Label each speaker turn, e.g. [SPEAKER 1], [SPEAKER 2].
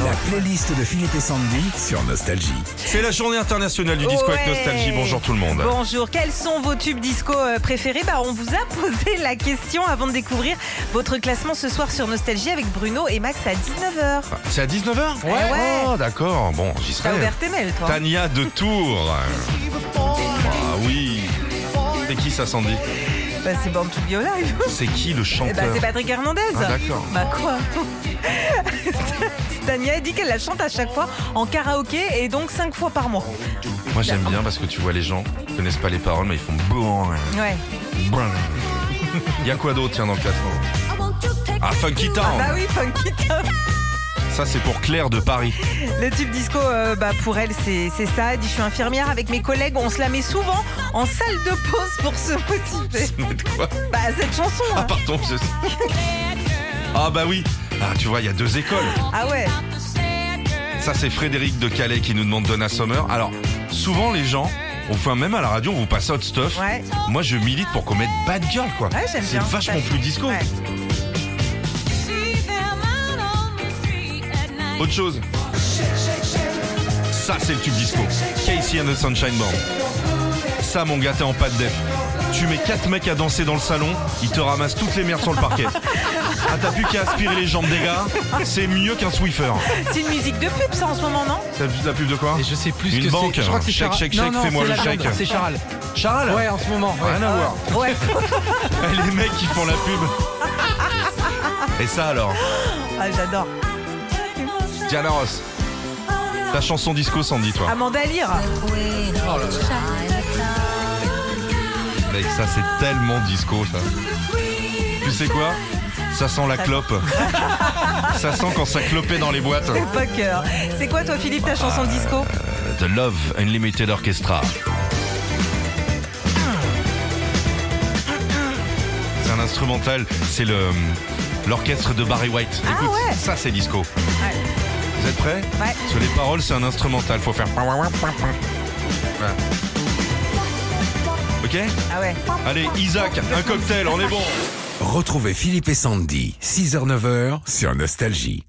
[SPEAKER 1] La playlist de Philippe et Sandy sur Nostalgie.
[SPEAKER 2] C'est la journée internationale du disco avec
[SPEAKER 3] Ouais.
[SPEAKER 2] Nostalgie. Bonjour tout le monde.
[SPEAKER 3] Bonjour, quels sont vos tubes disco euh, préférés bah, On vous a posé la question avant de découvrir votre classement ce soir sur Nostalgie avec Bruno et Max à 19h.
[SPEAKER 2] C'est à 19h
[SPEAKER 3] ouais.
[SPEAKER 2] Oh, d'accord. Bon, j'y
[SPEAKER 3] T'as
[SPEAKER 2] serai.
[SPEAKER 3] ouvert tes mails toi
[SPEAKER 2] Tania de Tours. Ah oui. C'est qui ça, Sandy
[SPEAKER 3] bah, C'est Born to Be Alive.
[SPEAKER 2] C'est qui le
[SPEAKER 3] Eh bah,
[SPEAKER 2] chanteur
[SPEAKER 3] c'est Patrick Hernandez.
[SPEAKER 2] Ah, d'accord.
[SPEAKER 3] Bah quoi Tania dit qu'elle la chante à chaque fois en karaoké et donc 5 fois par mois.
[SPEAKER 2] Moi, j'aime bien parce que tu vois, les gens connaissent pas les paroles, mais ils font. boum,
[SPEAKER 3] Ouais.
[SPEAKER 2] Oh. boum. Il y a quoi d'autre, tiens, dans le classement Ah, Funky Town.
[SPEAKER 3] Bah oui, funky Town.
[SPEAKER 2] Ça, c'est pour Claire de Paris.
[SPEAKER 3] Le tube disco, euh, bah, pour elle, c'est c'est ça. Elle dit Je suis infirmière avec mes collègues, on se la met souvent en salle de pause pour se motiver.
[SPEAKER 2] Mais de quoi
[SPEAKER 3] Bah, cette chanson.
[SPEAKER 2] Ah,
[SPEAKER 3] hein.
[SPEAKER 2] pardon, je. Ah, bah oui. Ah, tu vois, il y a deux écoles.
[SPEAKER 3] Ah ouais,
[SPEAKER 2] Ça, c'est Frédéric de Calais qui nous demande Donna Summer. Alors, souvent, les gens, enfin, même à la radio, on vous passe Hot Stuff.
[SPEAKER 3] ouais.
[SPEAKER 2] Moi, je milite pour qu'on mette Bad Girl, quoi.
[SPEAKER 3] Ouais, j'aime
[SPEAKER 2] c'est
[SPEAKER 3] bien.
[SPEAKER 2] vachement plus disco.
[SPEAKER 3] Ouais.
[SPEAKER 2] Autre chose. Ça, c'est le tube disco. Casey and the Sunshine Band. Ça, mon gars, t'es en pas de def. Tu mets quatre mecs à danser dans le salon, ils te ramassent toutes les merdes sur le parquet. Ah, t'as plus qu'à aspirer les jambes des gars, c'est mieux qu'un Swiffer.
[SPEAKER 3] C'est une musique de pub, ça, en ce moment, non
[SPEAKER 2] T'as vu la pub de quoi
[SPEAKER 4] Et je sais plus
[SPEAKER 2] Une
[SPEAKER 4] ce que
[SPEAKER 2] banque, hein.
[SPEAKER 4] c'est. Je crois que c'est
[SPEAKER 2] chèque,
[SPEAKER 4] Charal.
[SPEAKER 2] chèque,
[SPEAKER 4] Non,
[SPEAKER 2] chèque,
[SPEAKER 4] non,
[SPEAKER 2] fais-moi
[SPEAKER 4] c'est
[SPEAKER 2] le
[SPEAKER 4] la
[SPEAKER 2] chèque.
[SPEAKER 4] blonde, C'est Charal.
[SPEAKER 2] Charles
[SPEAKER 4] Ouais, en ce moment. ouais.
[SPEAKER 2] Rien à voir.
[SPEAKER 3] Ouais.
[SPEAKER 2] Et Eh, les mecs qui font la pub. Et ça alors
[SPEAKER 3] Ah, j'adore.
[SPEAKER 2] Diana Ross. Ta chanson disco Sandy toi.
[SPEAKER 3] Amanda Lear.
[SPEAKER 2] Mec, ça c'est tellement disco ça. Tu sais quoi Ça sent la clope. ça sent quand ça clopait dans les boîtes.
[SPEAKER 3] C'est pas cœur. C'est quoi, toi, Philippe, ta chanson disco
[SPEAKER 2] The Love Unlimited Orchestra. C'est un instrumental, c'est le l'orchestre de Barry White.
[SPEAKER 3] Ah
[SPEAKER 2] Écoute,
[SPEAKER 3] ouais.
[SPEAKER 2] ça c'est disco. Vous êtes prêts
[SPEAKER 3] Ouais.
[SPEAKER 2] Parce que les paroles, c'est un instrumental, faut faire. Voilà. Ok
[SPEAKER 3] Ah ouais.
[SPEAKER 2] Allez, Isaac, un cocktail, on est bon
[SPEAKER 1] Retrouvez Philippe et Sandy, 6h-9h sur Nostalgie.